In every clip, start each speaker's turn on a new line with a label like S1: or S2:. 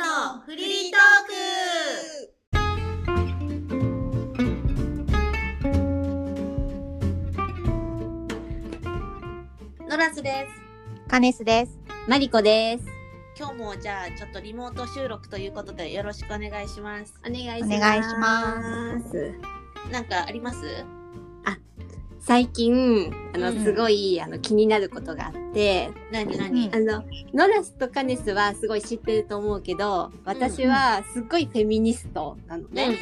S1: のフリートークノラスです。
S2: カネスです。
S3: マリコです。
S1: 今日もじゃあちょっとリモート収録ということでよろしくお願いします。
S3: お願い。
S2: お願いします
S1: なんかあります？
S3: 最近、あの、
S1: うん
S3: すごい、あの、気になることがあって、
S1: 何
S2: う
S1: 何
S2: ん
S3: あの、ノラスとカネスはすごい知ってると思うけど、私はすっごいフェミニストなのね。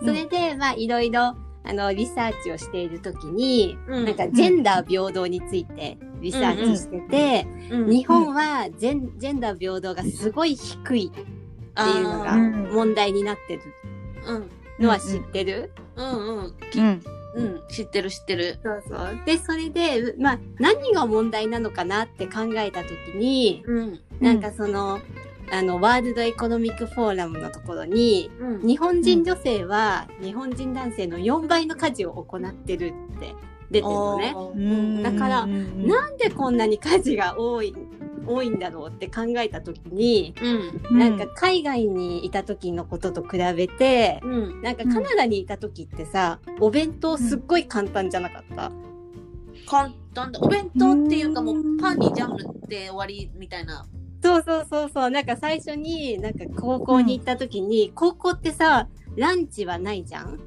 S2: うん
S3: それで、まあ、いろいろ、あの、リサーチをしているときに、
S1: うん
S3: なんか、ジェンダー平等についてリサーチしてて、
S1: うんうん
S3: 日本はジェンジェンダー平等がすごい低い
S1: あー
S3: っていうのが
S2: うん
S3: 問題になってる
S1: うん
S3: のは知ってる、
S1: うんうん
S2: うん。
S1: うん知ってる知ってる。
S3: そうそう。で、それで、うまあ、何が問題なのかなって考えたときに、
S1: うん
S3: なんかその、あの、ワールドエコノミックフォーラムのところに、
S1: うん
S3: 日本人女性は日本人男性の4倍の家事を行ってるって出てるのね。
S1: おー
S2: うん。
S3: だから
S2: うん
S3: なんでこんなに家事が多い、多いんだろうって考えたときに、
S1: うん
S3: なんか、海外にいた時のことと比べて、
S1: うん
S3: なんかカナダにいた時ってさ、お弁当すっごい簡単じゃなかった。
S1: 簡単だお弁当っていうかもうパンにジャム塗って終わりみたいな。
S3: そうそうそうそうなんか最初になんか高校に行った時に、高校ってさランチはないじゃん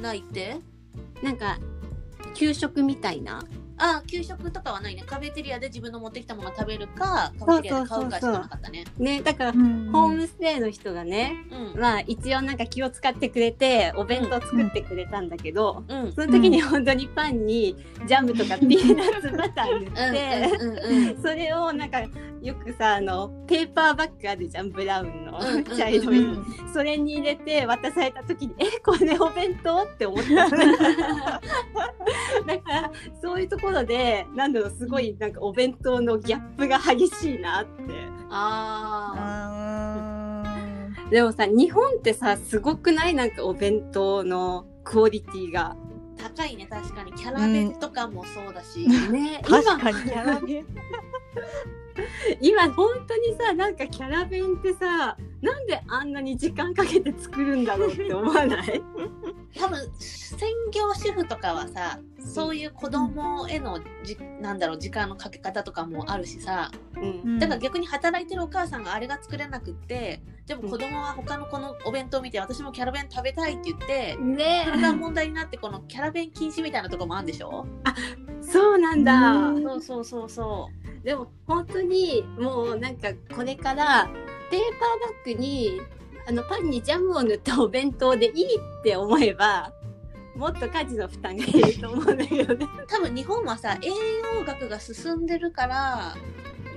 S1: ないって
S3: なんか給食みたいな
S1: あー給食とかはないねカフェテリアで自分の持ってきたもの食べるかカフェテリアで買うかしかなかったね
S3: ねだから、
S2: うん
S3: ホームステイの人がね
S1: うん
S3: まあ一応なんか気を使ってくれてお弁当作ってくれたんだけど、
S1: うん
S3: その時に本当にパンにジャムとかピーナッツバター塗って、
S1: うんうんうんうん
S3: それをなんかよくさあのペーパーバッグあるじゃんブラウンの
S1: うんうんうんうん
S3: 茶色いのそれに入れて渡された時に「えこれお弁当?」って思った だからそういうところでなんだろうすごいなんかお弁当のギャップが激しいなって
S1: あ
S2: あ
S3: でもさ日本ってさすごくないなんかお弁当のクオリティが
S1: ー高いね確かにキャラ弁とかもそうだし、
S3: ね
S2: ー確
S3: 今
S2: かにキャラ弁。
S3: 今本当にさなんかキャラ弁ってさなんであんなに時間かけて作るんだろうって思わない
S1: 多分専業主婦とかはさそういう子供へのじなんだろう時間のかけ方とかもあるしさ
S3: うん
S1: だから逆に働いてるお母さんがあれが作れなくってでも子供は他の子のお弁当見て私もキャラ弁食べたいって言って
S3: ね
S1: それが問題になってこのキャラ弁禁止みたいなとこもあるんでしょ
S3: そうなんだ、
S2: うん
S1: そうそうそうそ
S3: でも本当にもうなんかこれからペーパーバッグにあのパンにジャムを塗ったお弁当でいいって思えばもっと家事の負担が減ると思うんだけどね。
S1: う多分日本はさ栄養学が進んでるから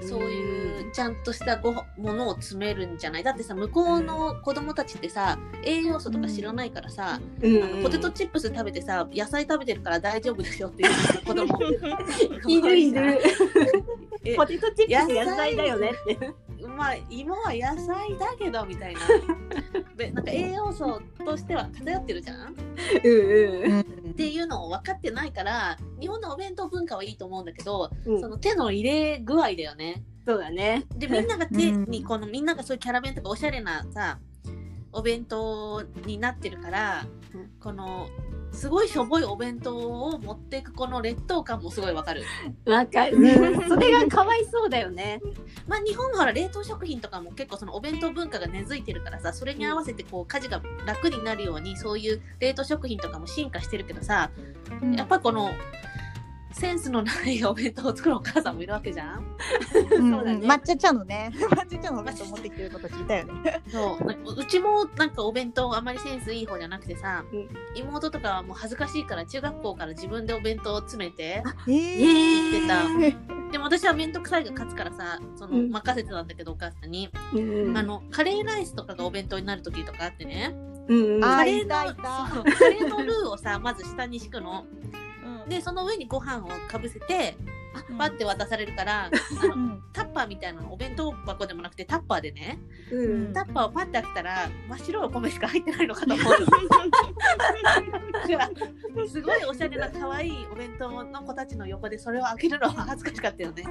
S1: そういうちゃんとしたごものを詰めるんじゃないだってさ向こうの子供たちってさ栄養素とか知らないからさ、
S3: うん、
S1: あのポテトチップス食べてさ野菜食べてるから大丈夫でしょっていう子 供
S3: いるいる
S1: え
S3: ポテトチップス野菜だよねって。
S1: まあ今は野菜だけどみたい なでなんか栄養素としては偏ってるじゃんっ
S3: うん
S1: ていうのを分かってないから日本のお弁当文化はいいと思うんだけど、
S3: うん
S1: その手の入れ具合だよね
S3: そうだね。
S1: でみんなが手
S2: うん
S1: にこのみんながそういうキャラ弁とかおしゃれなさお弁当になってるから、
S3: うん
S1: このすごいしょぼいお弁当を持っていくこの劣等感もすごいわかる。
S3: なんか、
S2: うん
S3: それがかわいそうだよね。
S1: まあ日本はほら冷凍食品とかも結構そのお弁当文化が根付いてるからさそれに合わせてこう家事が楽になるようにそういう冷凍食品とかも進化してるけどさやっぱこのセンスのないお弁当を作るお母さんもいるわけじゃん
S2: うん
S3: そうだね
S2: 抹茶茶のね、抹茶茶のお弁当持ってきてること聞いたよね。
S1: そうなんかうちもなんかお弁当あまりセンスいい方じゃなくてさ、
S3: うん
S1: 妹とかはもう恥ずかしいから中学校から自分でお弁当を詰めて
S2: え
S3: え
S2: ー
S1: 言ってた
S2: え
S1: でも私は面倒くさいが勝つからさその
S3: うん
S1: 任せてたんだけどお母さんに、
S3: うん
S1: あのカレーライスとかがお弁当になる時とかあってね、
S3: うん
S2: あ
S1: カ
S2: ー
S1: レーの
S2: いたいた
S1: そうカレーのルーをさまず下に敷くの
S2: ー
S1: でその上にご飯をかぶせてあパって渡されるからあ
S2: う
S1: の
S2: ん
S1: タッパーみたいなのお弁当箱でもなくてタッパーでね
S3: うん
S1: タッパーをパッて開けたら真っ白いお米しか入ってないのかと思うすごいおしゃれな可愛いお弁当の子たちの横でそれを開けるのは恥ずかしかったよね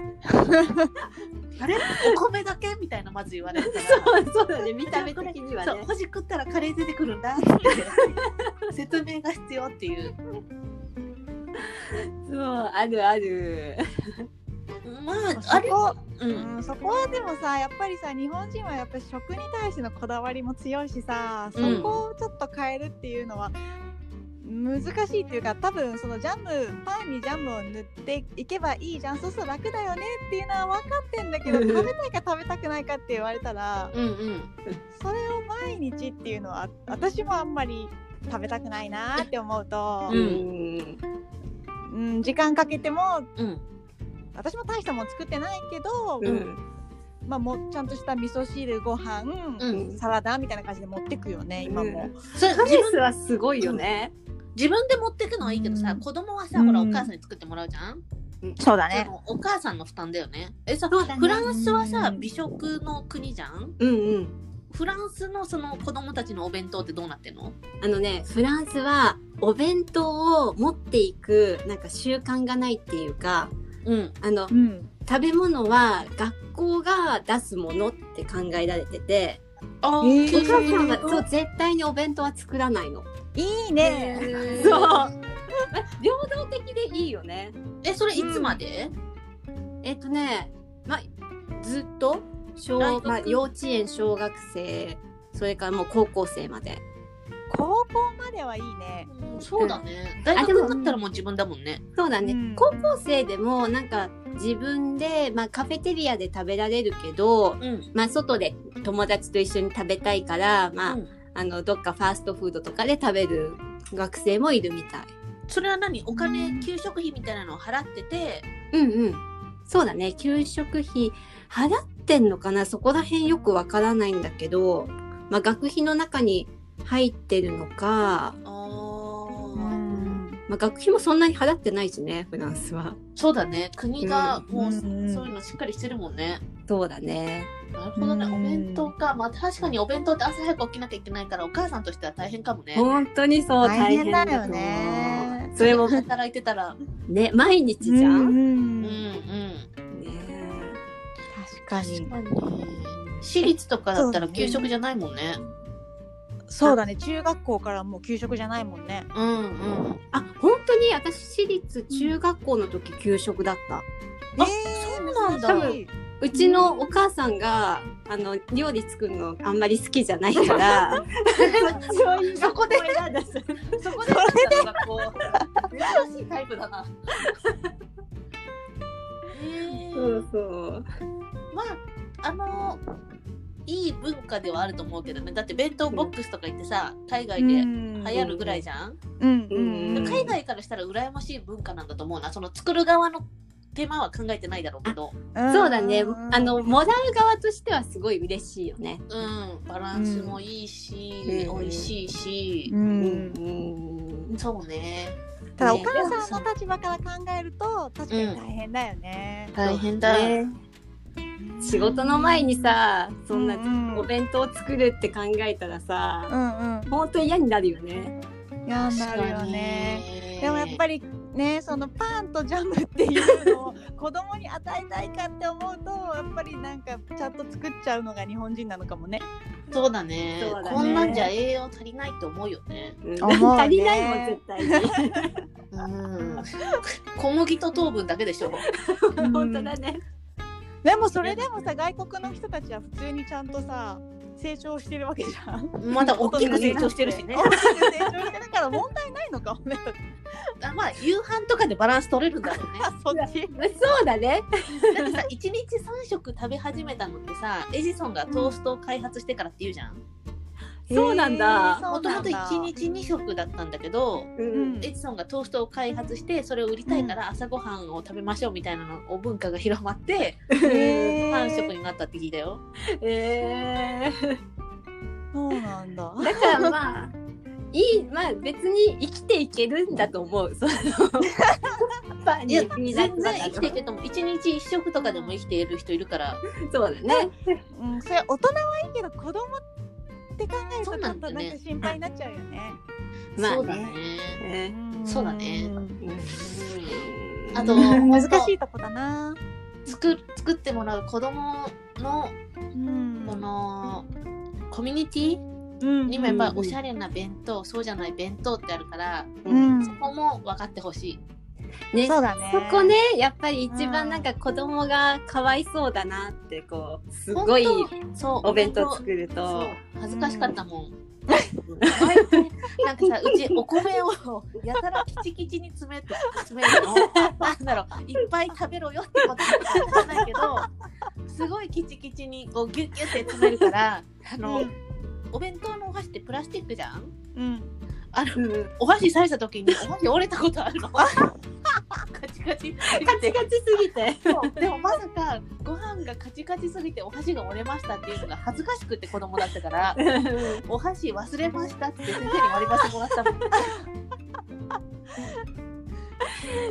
S1: あれお米だけみたいなまず言われてから
S3: そうそうだね見た目的には
S1: そう
S3: ね
S1: 星食ったらカレー出てくるんだって説明が必要っていう
S3: そうあるある
S1: まああ
S2: そ
S1: れ
S2: こ
S1: うん
S2: うん、そこはでもさやっぱりさ日本人はやっぱり食に対してのこだわりも強いしさそ
S1: うん
S2: こをちょっと変えるっていうのは難しいっていうか多分そのジャムパンにジャムを塗っていけばいいじゃんそうすると楽だよねっていうのは分かってんだけど
S3: うん
S2: 食べたいか食べたくないかって言われたら
S1: うんうん
S2: それを毎日っていうのは私もあんまり食べたくないなって思うと
S1: う、ん
S2: うん、時間かけても
S1: うん
S2: 私も大したもん作ってないけど、
S3: うん
S2: まあ、もうちゃんとした味噌汁ご飯、
S1: うん
S2: サラダみたいな感じで持ってくよね今も、
S1: それ
S3: カ
S1: 自
S3: レ
S1: 分
S3: スはすごいよね
S1: 自分で持ってくのはいいけどさ、
S2: うん
S1: 子供はさ、
S2: うん
S1: ほらお母さんに作ってもらうじゃん、
S2: そうだ
S1: でもお母さんの負担だよねえさ
S3: そうだね
S1: フランスはさ
S2: うん
S1: 美食の国じゃん
S3: うんうん
S1: フランスのその子供たちのお弁当ってどうなってんの
S3: あのねフランスはお弁当を持っていくなんか習慣がないっていうか
S1: うん
S3: あの
S2: うん
S3: 食べ物は学校が出すものって考えられてて
S1: あ
S3: お
S2: ーえ
S3: 母さんはそう絶対にお弁当は作らないの
S2: いいね
S3: そう平等的でいいよね
S1: えそれいつまで、
S3: えっとね、まあ、ずっと
S1: 大
S3: 小、
S1: 学
S3: まあ、幼稚園小学生それからもう高校生まで
S2: 高校まではいいね
S1: うんそうだね大
S3: あでも
S1: 学だったらもう自分だもんね
S3: そうだね、
S2: うん
S3: 高校生でもなんか自分で、まあ、カフェテリアで食べられるけど、
S1: うん
S3: まあ、外で友達と一緒に食べたいから、まあ
S1: うん
S3: あのどっかファーストフードとかで食べる学生もいるみたい。
S1: それは何お
S2: う
S1: 金
S2: ん
S1: 給食費みたいなのを払ってて
S3: うんうん、そうだね給食費払ってんのかなそこら辺よくわからないんだけど、まあ、学費の中に入ってるのか、
S1: あ
S2: う
S1: ー
S2: ん
S3: まあ、学費もそんなに払ってないしねフランスは。
S1: そうだね国が
S2: うん
S1: もうそう
S2: うん
S1: いうのしっかりしてるもんね
S3: そうだね
S1: なるほどね
S2: うん
S1: お弁当かまあ確かにお弁当って朝早く起きなきゃいけないからお母さんとしては大変かもね
S3: 本当にそう大
S2: 大変
S3: 変
S2: だ
S3: だ
S2: よ
S3: よ
S2: ね
S3: ね。それも
S1: 働いてたら
S3: ね毎日じゃん。ね
S1: うん
S2: ん
S1: うん
S2: 確かに
S1: 確かに私立とかだったら給食じゃないもんね
S2: そうだね中学校からもう給食じゃないもんね
S1: うんうん
S3: あ本当に私私立中学校の時給食だった。
S1: あ
S2: え
S1: そうなんだ
S2: 珍しいう
S3: ちのお母さんがあの料理作るのあんまり好きじゃないから。そういう
S1: そこで
S3: 学校選んだし
S1: そこでなんかこう珍しいタイプだなへえ
S3: そうそう。
S1: まああのいい文化ではあると思うけどねだって弁当ボックスとか行ってさ海外で流
S2: ん
S1: 行るぐらいじゃん、
S2: うん
S3: うん
S1: 海外からしたら羨ましい文化なんだと思うなその作る側の手間は考えてないだろうけど
S3: そうだね。あのもらう側としてはすごい嬉しいよね。
S1: うんバランスもいいし、
S3: うん
S1: 美味しいし
S2: う、
S3: うんん
S1: そうね
S2: ただお母さんの立場から考えると確かに大変だよね、
S1: 大変だ、
S3: ね仕事の前にさそんな
S2: うん
S3: お弁当作るって考えたらさ、
S2: うんうん
S3: 本当に嫌になるよね。
S2: 嫌になるよねでもやっ
S1: り
S2: ぱりねそのパンとジャムってい うのを子供に与えたいかって思うとやっぱりなんかちゃんと作っちゃうのが日本人なのかもね。
S1: そうだね
S3: そうだね
S1: こんなんじゃ栄養足りないと思うよね
S3: うん
S2: 思うね
S3: 足りないもん絶対に。
S1: うん 小麦と糖分だけでしょ
S2: う ん
S3: 本当だね。
S2: でもそれでもさ外国の人たちは普通にちゃんとさ成長してるわけじゃん。
S1: まだ 大きく成長してるしね
S2: 大きく成長してるから問題ないのかもね。
S1: あまあ夕飯とかでバランス取れるんだろうね
S2: あそっち。
S3: そうだね。
S1: だってさ1日3食食べ始めたのってさエジソンがトーストを開発してからっていうじゃん
S3: そうなんだ
S2: へー
S1: もともと1。
S2: そうなんだ
S1: 日2食だったんだけど
S2: うん
S1: エジソンがトーストを開発してそれを売りたいから朝ごはんを食べましょうみたいなのお文化が広まって
S3: え
S2: へー
S1: 3食になったって聞いたよ
S3: えー
S2: そうなんだ。
S3: だからまあいいまあ別に生きていけるんだと思うそのパン
S1: いや
S3: に
S1: 全然生きていけると思う一日一食とかでも生きている人いるから
S3: そうだね
S2: うん、それ大人はいいけど子供って考えると
S1: そう
S2: ち
S1: な
S2: ょっ
S1: んだよ
S2: とな
S1: ね
S2: んか心配になっちゃうよね。
S3: まあ
S1: そうだね
S3: ねね
S2: ん
S1: そうだね
S3: うん
S1: あと
S2: うん難しいとこだな。
S1: 作作ってもらう子供の
S2: うん
S1: このコミュニティ
S2: うん
S1: にもやっぱおしゃれな弁当そうじゃない弁当ってあるから
S2: うん
S1: そこも分かってほしい
S3: ね
S2: そうだね。
S3: そこねやっぱり一番なんか子供がかわいそうだなってこうすごい
S1: 本当そう
S3: お弁当作る
S1: そ
S3: と
S1: う恥ずかしかったもん、なんかさうちお米をやたらキチキチに詰めて詰める のなんだろういっぱい食べろよってことは言ってないけどすごいキチキチにこうギュッギュッて詰めるからあの、
S2: うん
S1: お弁当のお箸ってプラスチックじゃん
S2: うん。
S1: あの
S3: うん
S1: お箸刺した時にお箸折れたことあ るのカチカチ
S3: カチカチすぎて
S1: そうでもまさかご飯がカチカチすぎてお箸が折れましたっていうのが恥ずかしくて子供だったから お箸忘れましたって先生に割り箸もらったもん。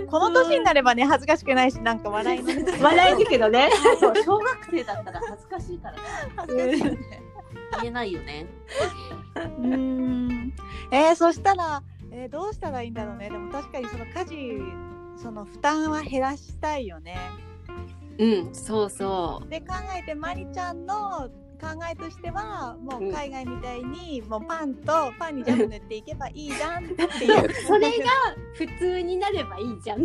S2: この年になればね恥ずかしくないしなんか笑いの
S3: 笑えるけどね
S1: そう小学生だったら恥ずかしいからね
S2: 恥ずかしいよね。
S1: 言えないよね。
S2: うん。えー、そしたら、えー、どうしたらいいんだろうね。でも確かにその家事その負担は減らしたいよね。
S3: うんそうそう
S2: で考えてまりちゃんの考えとしてはもう海外みたいにもうパンとパンにジャム塗っていけばいいじゃんっていう
S3: それが普通になればいいじゃん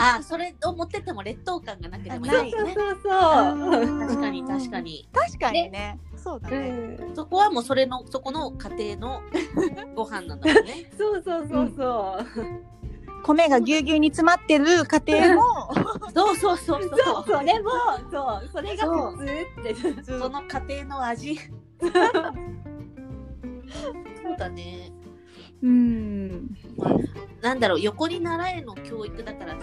S1: ああそれを持ってっても劣等感がなくてもいい
S2: ない
S1: よね。
S3: そう
S2: うん
S1: 確かに確かに。
S2: 確かにねそうだ
S3: う
S2: ね、
S3: ん、
S1: そこはもうそれのそこの家庭のご飯なんだもんね。
S3: そうそうそうそう、
S2: 米がぎゅうぎゅうに詰まってる家庭も
S1: そうそうそうそ
S3: そ
S1: うう。
S3: それもそうそれが普通って
S2: ずっ
S1: そ
S2: と
S1: の家庭の味。そうだね。
S2: うん
S1: なんだろう横に習えの教育だからさ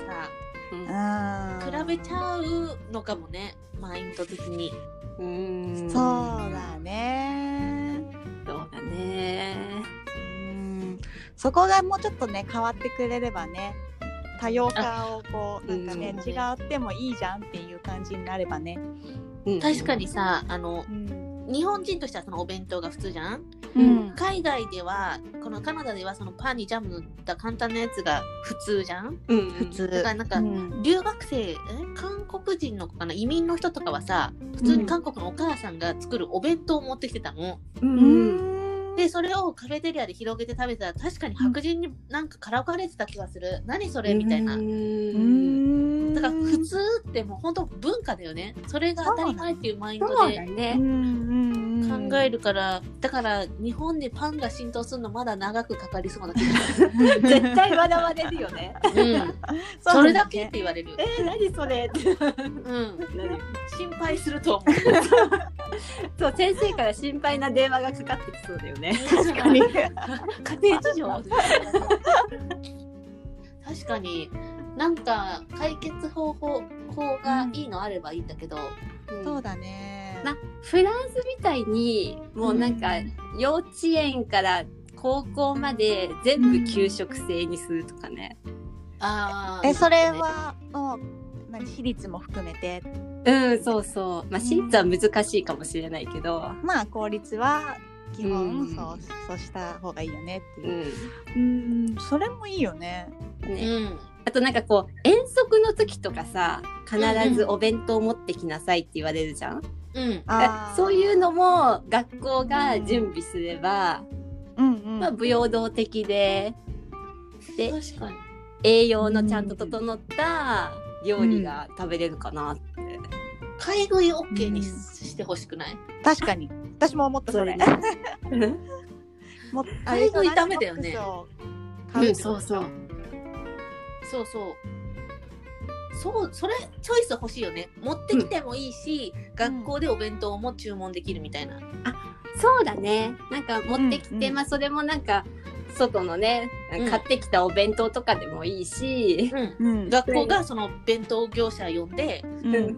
S2: あー
S1: 比べちゃうのかもねマインド的に。
S3: うん
S2: そ
S3: そう
S2: だね
S3: うだね
S2: うんそこがもうちょっとね変わってくれればね多様化をこうなんかね
S1: うん
S2: 違ってもいいじゃんっていう感じになればね、
S1: 確かにさあの
S2: うん
S1: 日本人としてはそのお弁当が普通じゃん、
S2: うん
S1: 海外ではこのカナダではそのパンにジャム塗った簡単なやつが普通じゃん
S3: うん
S2: 普通
S1: だからなんか、
S2: うん
S1: 留学生え韓国人の子かな移民の人とかはさ普通に韓国のお母さんが作るお弁当を持ってきてたの、
S3: うん
S2: うん
S1: でそれをカフェテリアで広げて食べたら確かに白人になんかからかれてた気がする、何それみたいな、
S3: うん
S1: だから普通ってもう本当文化だよねそれが当たり前っていうマインド
S3: そう
S1: で
S3: だ
S2: う
S3: ね
S2: んうんうん
S1: 考えるから、だから日本でパンが浸透するのまだ長くかかりそうな気がす
S3: 絶 対笑われるよね
S1: る、うん、
S2: う
S1: そ
S2: なん
S1: れだけって言われる、
S3: え何それって
S1: うん、
S3: なる
S1: 心配すると思
S3: そう先生から心配な電話がかかってきそうだよね
S1: う確
S2: 確かに
S1: 家庭事情は確かになんか解決方法法がいいのあればいいんだけど、
S2: そうだね
S3: なフランスみたいにもうなんか幼稚園から高校まで全部給食制にするとかね。
S1: あー
S2: えそれはもう何私立も含めて
S3: うん、そうそう。まあ私立は難しいかもしれないけど。
S2: まあ公立は基本、
S3: うん
S2: そうそうした方がいいよねって
S3: う
S2: いう、
S3: ん。
S2: うん、それもいいよね
S1: う
S3: ね、
S1: ん
S3: あとなんかこう遠足の時とかさ必ずお弁当持ってきなさいって言われるじゃ
S1: う
S3: ん、
S1: ん
S3: え
S2: あー
S3: そういうのも学校が準備すれば、
S2: うんうん、
S3: まあ、舞踊道的でで
S1: 確かに
S3: 栄養のちゃんと整った料理が食べれるかなって、
S1: 買い食い OK にし,、
S2: うん
S1: してほしくない
S2: 確かに私も思ったそれ
S3: ね
S2: もう
S1: 買い食いダメだよね
S2: 買
S3: う、
S2: うん
S3: そうそう。
S1: そうそう。そう、それチョイス欲しいよね。持ってきてもいいし、学校でお弁当も注文できるみたいな。
S3: そうだね。なんか持ってきて、
S2: うんうん
S3: まあそれもなんか外のね、
S1: うん
S3: 買ってきたお弁当とかでもいいし、
S1: うん。
S2: うん
S1: 学校がその弁当業者呼んで、
S2: うん
S3: うん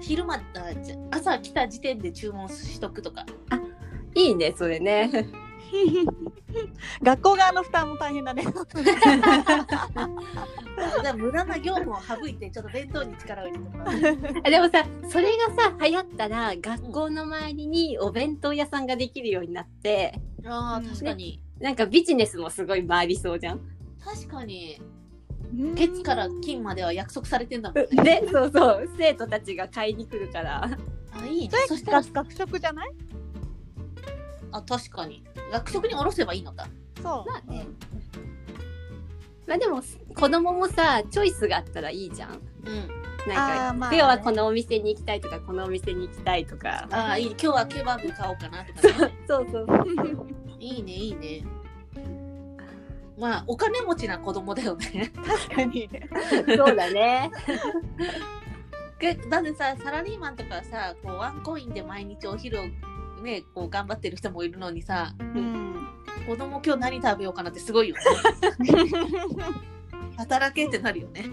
S1: 昼間あじゃ朝来た時点で注文しとくとか。
S3: いいねそれね。
S2: 学校側の負担も大変だね。
S1: だから無駄な業務を省いてちょっと弁当に力を入れてもらう
S3: あでもさそれがさ流行ったら学校の周りにお弁当屋さんができるようになって
S1: あ
S2: ー
S1: ー
S2: 確
S1: 確
S2: か
S1: かに、
S3: なんかビジネスもすごい回りそうじゃん。
S1: 確かに月から金までは約束されてんだもんね、
S3: でそうそう生徒たちが買いに来るから
S1: あいいね
S2: それ
S1: そしたら
S2: 学学食じゃない
S1: あ確かに学食におろせばいいのか
S2: そう。
S3: まあねまあでも子供もさチョイスがあったらいいじゃん。
S1: うん
S3: な
S2: あー
S3: ん
S2: まあ
S3: か
S2: ね
S3: 今日はこのお店に行きたいとかこのお店に行きたいとか
S1: あーいい今日はケバブ買おうかなとか、ね、
S3: そうそう
S1: いいねいいねまあお金持ちな子供だよね
S2: 確かに。
S3: そうだね。
S1: けだってさサラリーマンとかさこうワンコインで毎日お昼をねこう頑張ってる人もいるのにさ
S2: うん。
S1: 子供今日何食べようかなってすごいよね働けってなるよね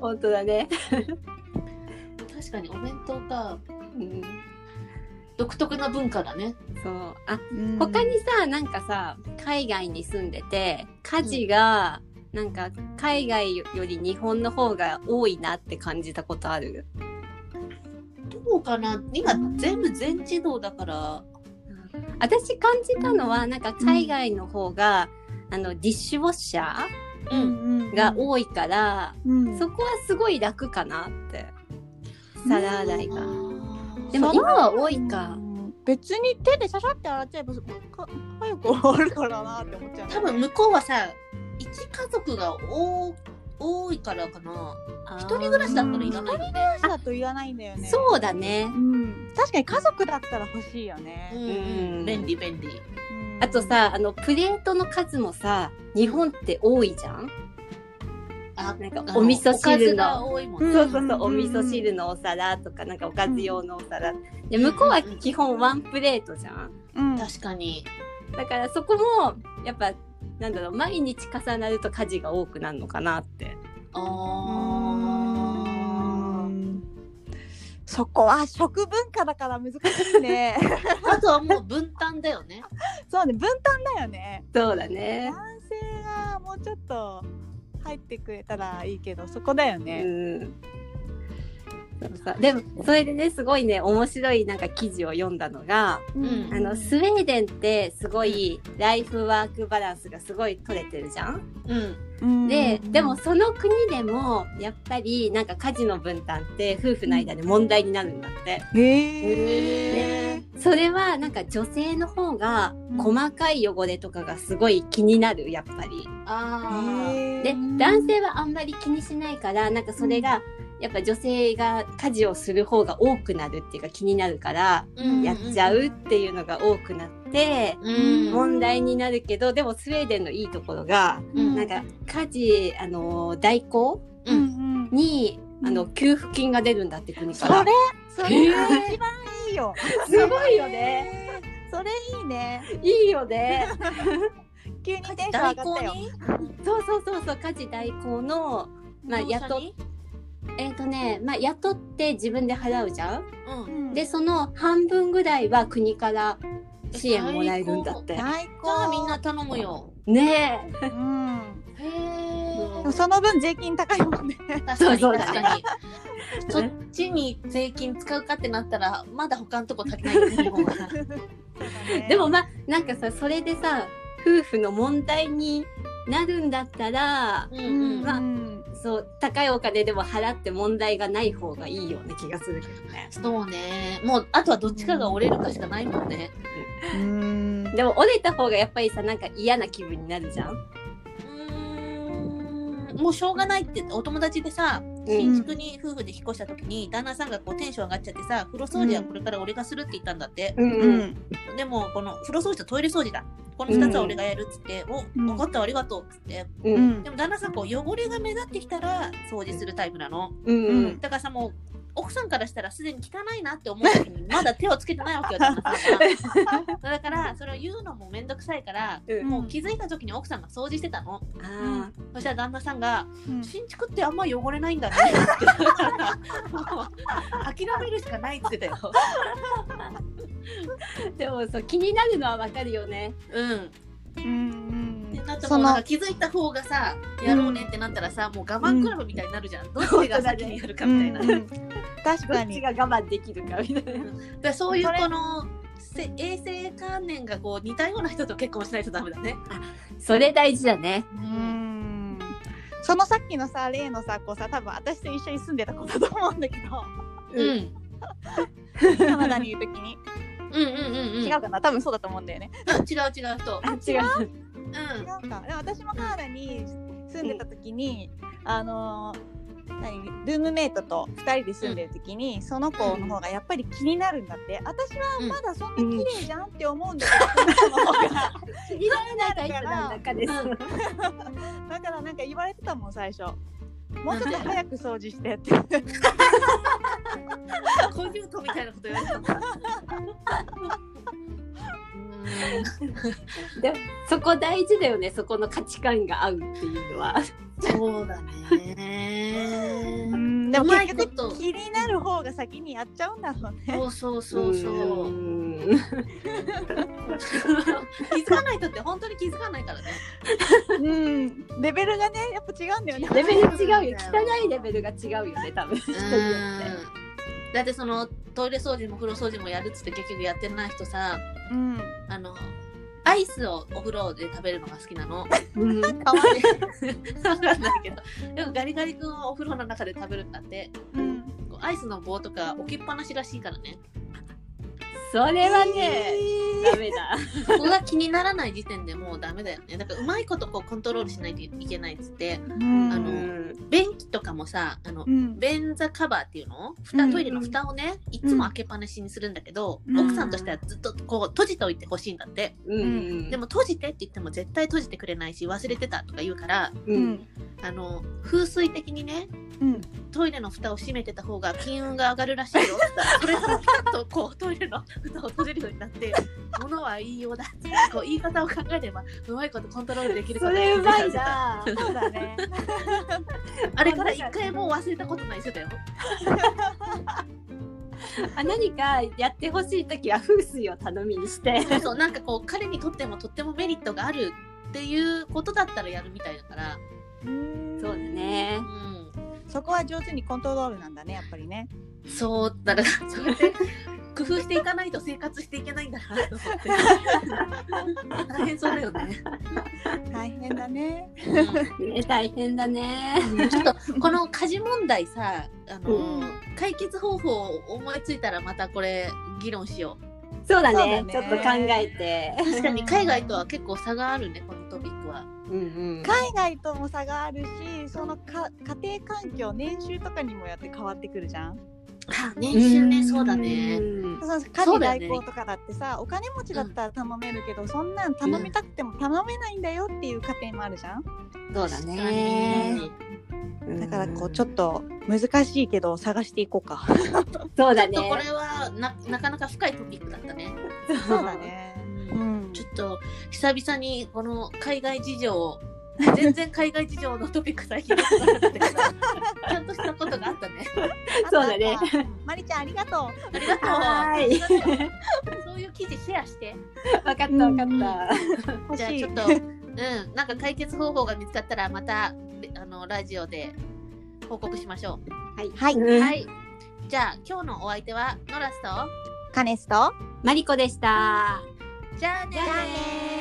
S3: 本当だね。
S1: 確かにお弁当か
S3: うん、
S1: 独特な文化だね
S3: そうあ他にさなんかさ海外に住んでて家事が、なんか海外より日本の方が多いなって感じたことある
S1: どうかな今全部全自動だから
S3: 私感じたのはなんか海外の方が、あのディッシュウォッシャ
S1: う
S3: ーが多いから、
S2: うん
S3: そこはすごい楽かなって皿洗いが。
S1: で
S3: で
S1: も
S3: も今は多いか。
S2: 別に手でシャシャって洗っちゃえばそか早く終わるからなって思っちゃう
S1: 多分向こうはさ一家族が多多いからかな
S3: 一
S1: 一人暮らしだったらいらないよね
S2: 私だと言わないんだよね
S3: そうだね
S2: う、ん、確かに家族だったら欲しいよね、
S1: うん便利便利
S2: うん
S3: あとさあのプレートの数もさ日本って多いじゃん、
S1: あ
S3: なんか
S1: あの
S3: お味噌
S1: おかず
S3: 汁
S1: が
S3: の
S1: 多いもん
S2: うん
S1: ね
S3: そうそうそう、
S2: うんうんうん
S3: お味噌汁のお皿とかなんかおかず用のお皿、で向こうは基本ワンプレートじゃん
S2: うん
S1: 確かに
S3: だからそこもやっぱなんだろう毎日重なると家事が多くなるのかなって
S1: あ
S2: う
S1: ー
S2: んそこは食文化だから難しいね
S1: あとはもう分担だよね
S2: そうね分担だよね
S3: そうだね
S2: 男性がもうちょっと入ってくれたらいいけどそこだよ
S3: う
S2: ね、
S3: んそうそうでもそれでねすごいね面白いなんか記事を読んだのが
S2: うん
S3: あのスウェーデンってすごいライフワークバランスがすごい取れてるじゃん
S1: うん
S3: ででもその国でもやっぱりなんか家事の分担って夫婦の間で問題になるんだって
S2: へえ
S3: それはなんか女性の方が細かい汚れとかがすごい気になるやっぱり
S1: あ
S3: で男性はあんまり気にしないからなんかそれがやっぱ女性が家事をする方が多くなるっていうか気になるから
S1: ー
S3: やっちゃうっていうのが多くなって
S1: うん
S3: 問題になるけどでもスウェーデンのいいところが
S1: うん
S3: なんか家事あの代行
S1: う
S2: うん
S1: ん
S2: うん
S3: に、
S2: うん
S3: あの給付金が出るんだって国か
S2: そ
S3: ら
S2: れそれが一番いいよ
S3: すごいよね
S2: それいいね
S3: いいよね
S2: 急にテンション上がっ
S1: 代
S2: た
S1: 行
S2: よ
S1: に
S3: そうそうそうそう家事代行のまあ
S1: 業者に
S3: えっ、とね、まあ、雇って自分で払うじゃん
S1: うん
S3: でその半分ぐらいは国から支援もらえるんだって
S2: 代行
S1: じゃあみんな頼むよ
S3: ねえ
S2: うん
S1: へえ
S2: でもその分税金高いもんね
S1: 確かに
S3: そうそう
S1: 確かに。そっちに税金使うかってなったらまだ他のとこ足りないよね日本は
S2: そうだね
S3: でもまあなんかさそれでさ夫婦の問題になるんだったら
S1: うん
S2: うん
S1: うん、
S2: うん
S3: そう高いお金でも払って問題がない方がいいような気がするけどね
S1: そうねもうあとはどっちかが折れるかしかないもんね
S2: うん
S3: でも折れた方がやっぱりさなんか嫌な気分になるじゃん
S1: うーんもうしょうがないってお友達でさ新築に夫婦で引っ越した時に旦那さんがこうテンション上がっちゃってさ風呂掃除はこれから俺がするって言ったんだって、
S3: うんうん
S1: でもこの風呂掃除とトイレ掃除だこの2つは俺がやるっつって「
S2: うん
S1: お分かったありがとう」っつって
S3: う
S2: うんん
S1: でも旦那さんこう汚れが目立ってきたら掃除するタイプなの
S3: うんうん
S1: だからさもう奥さんからしたらすでに汚いなって思う時 にまだ手をつけてないわけよ旦那さんはだからそれを言うのも面倒くさいから
S3: うん
S1: もう気づいた時に奥さんが掃除してたの
S3: あ
S1: そしたら旦那さんが
S2: うん
S1: 新築ってあんま汚れないんだねって言うからもう諦めるしかないって言ってたよ。
S3: ーでもそう気になるのはわかるよね。
S1: うん、
S2: うん
S1: ってなっても
S2: そうの
S1: なんか気づいた方がさやろうねってなったらさ、もう我慢比べみたいになるじゃん、どっちが先にやるかみたいな、
S2: うんうん確
S3: ど
S2: か
S3: っち
S2: に
S3: が我慢できるかみた
S1: だか
S3: いな。
S1: らそういう
S2: それ
S1: このせ衛生観念がこう似たような人と結婚しないとダメだね。
S3: それ大事だね。
S1: う
S2: う、んそのさっきのさ例のさこうさ多分私と一緒に住んでた子だと思うんだけど
S1: うん、うん、
S2: カナダにいる時に
S1: うんうんうん
S2: 違うかな多分そうだと思うんだよね
S1: あ違う違う人
S3: あ違
S1: う
S3: う。
S1: ん
S2: 違うかでも私もカナダに住んでた時にあのー何ルームメイトと2人で住んでる時に、その子の方がやっぱり気になるんだって私はまだそんな綺麗じゃんって思うんだけど、その子が
S3: 気にならないタイプな中です。
S2: だからなんか言われてたもん最初もうちょっと早く掃除してって
S1: 小牛とみたいなこと言われたんだ うん
S3: そこ大事だよね。そこの価値観が合うっていうのは。
S1: そうだね
S2: うんでも
S1: うまい
S2: 結
S1: こ
S2: 局
S1: と
S2: 気になる方が先にやっちゃうんだろうね。
S1: そうそうそうそうう。
S3: ん。
S1: 気づかない人って本当に気づかないからね。
S2: うん、レベルがねやっぱ違うんだよね。
S3: レベル違うよ。汚いレベルが違うよね。多分。
S1: だってそのトイレ掃除も風呂掃除もやるっつって結局やってない人さ
S2: うん、
S1: あのアイスをお風呂で食べるのが好きなの。
S3: うん。
S2: かわいい。
S1: わかんないけどでもガリガリ君はお風呂の中で食べるんだって
S2: うん、
S1: こうアイスの棒とか置きっぱなしらしいからね
S3: それはね、ダメだ。
S1: そこが気にならない時点でもうダメだよねだからうまいことこうコントロールしないといけないっつって
S2: うん、
S1: あ
S3: う
S1: の
S3: ん。
S1: 便器とかもさあの
S2: うん、
S1: 便座カバーっていうの
S2: うんう
S1: 蓋
S2: ん
S1: トイレの蓋をねいつも開けっぱなしにするんだけど、
S2: うん
S1: 奥さんとしてはずっとこう閉じておいてほしいんだって、
S3: うん。
S1: でも閉じてって言っても絶対閉じてくれないし忘れてたとか言うから
S2: う
S3: うんん。、
S1: あの風水的にね
S2: うん、
S1: トイレの蓋を閉めてた方が金運が上がるらしいよって言ったらそれからピタッとこうトイレの蓋を閉じるようになって物は言いようだってこう言い方を考えればうまいことコントロールできるこ
S3: そ
S1: とが
S3: れうまい
S1: 気づかれ
S3: な。
S2: そうだね。
S1: たあれから一回も忘れたことない人だよ
S3: あ何かやってほしい時は風水を頼みにして。
S1: そうそうなんかこう彼にとってもとってもメリットがあるっていうことだったらやるみたいだから、
S3: そうだ。ね
S1: う。ん、
S2: そこは上手にコントロールなんだね、やっぱりね。
S1: そうだから そうやって工夫していかないと生活していけないんだなと思って 大変そうだよね、
S2: 大変だね。
S1: う
S3: ね大変だね。
S1: ん、ちょっとこの家事問題さあの、
S2: うん
S1: 解決方法を思いついたらまたこれ議論しよう
S3: そうだ
S2: そうだ
S3: ね。
S2: ね
S3: ちょっと考えて。
S1: 確かに海外とは結構差があるねこのトピックは。
S3: うん
S2: 海外とも差があるし、そのか家庭環境、年収とかにもやって変わってくるじゃん。
S1: あ年収ねそうだね。
S2: その
S1: そ
S2: 家事
S1: うだよね
S2: 代行とかだってさ、お金持ちだったら頼めるけど、そんなん頼みたくても頼めないんだよっていう家庭もあるじゃん。
S3: そうだ
S1: 確かに
S3: ね。
S2: だからこうちょ
S3: ょっ
S2: っと難しいけど探していこう か。
S3: とそうだ
S1: ちょっとこれ
S3: ね。
S1: はななかなか深いトピックだったね。
S2: そうだ。ね。うん。
S1: ちょっと久々にこの海外事情を全然海外事情のトピック最近出てこなかったけどちゃんとしたことがあったね。
S3: そうだね
S2: あったあった。まりちゃんありがと
S1: ありがとう。
S3: はーい
S1: そういう記事シェアして。
S3: わかったわかった。
S2: う。欲
S1: じゃあ
S2: しい。
S1: ちょっと、うん、なんか解決方法が見つかったらまたであのラジオで報告しましょ
S3: はい
S2: はい
S1: うんはい。じゃあ今日のお相手はノラスと
S2: カネスと。
S3: マリコでした。
S1: じゃあねー
S3: じゃあねー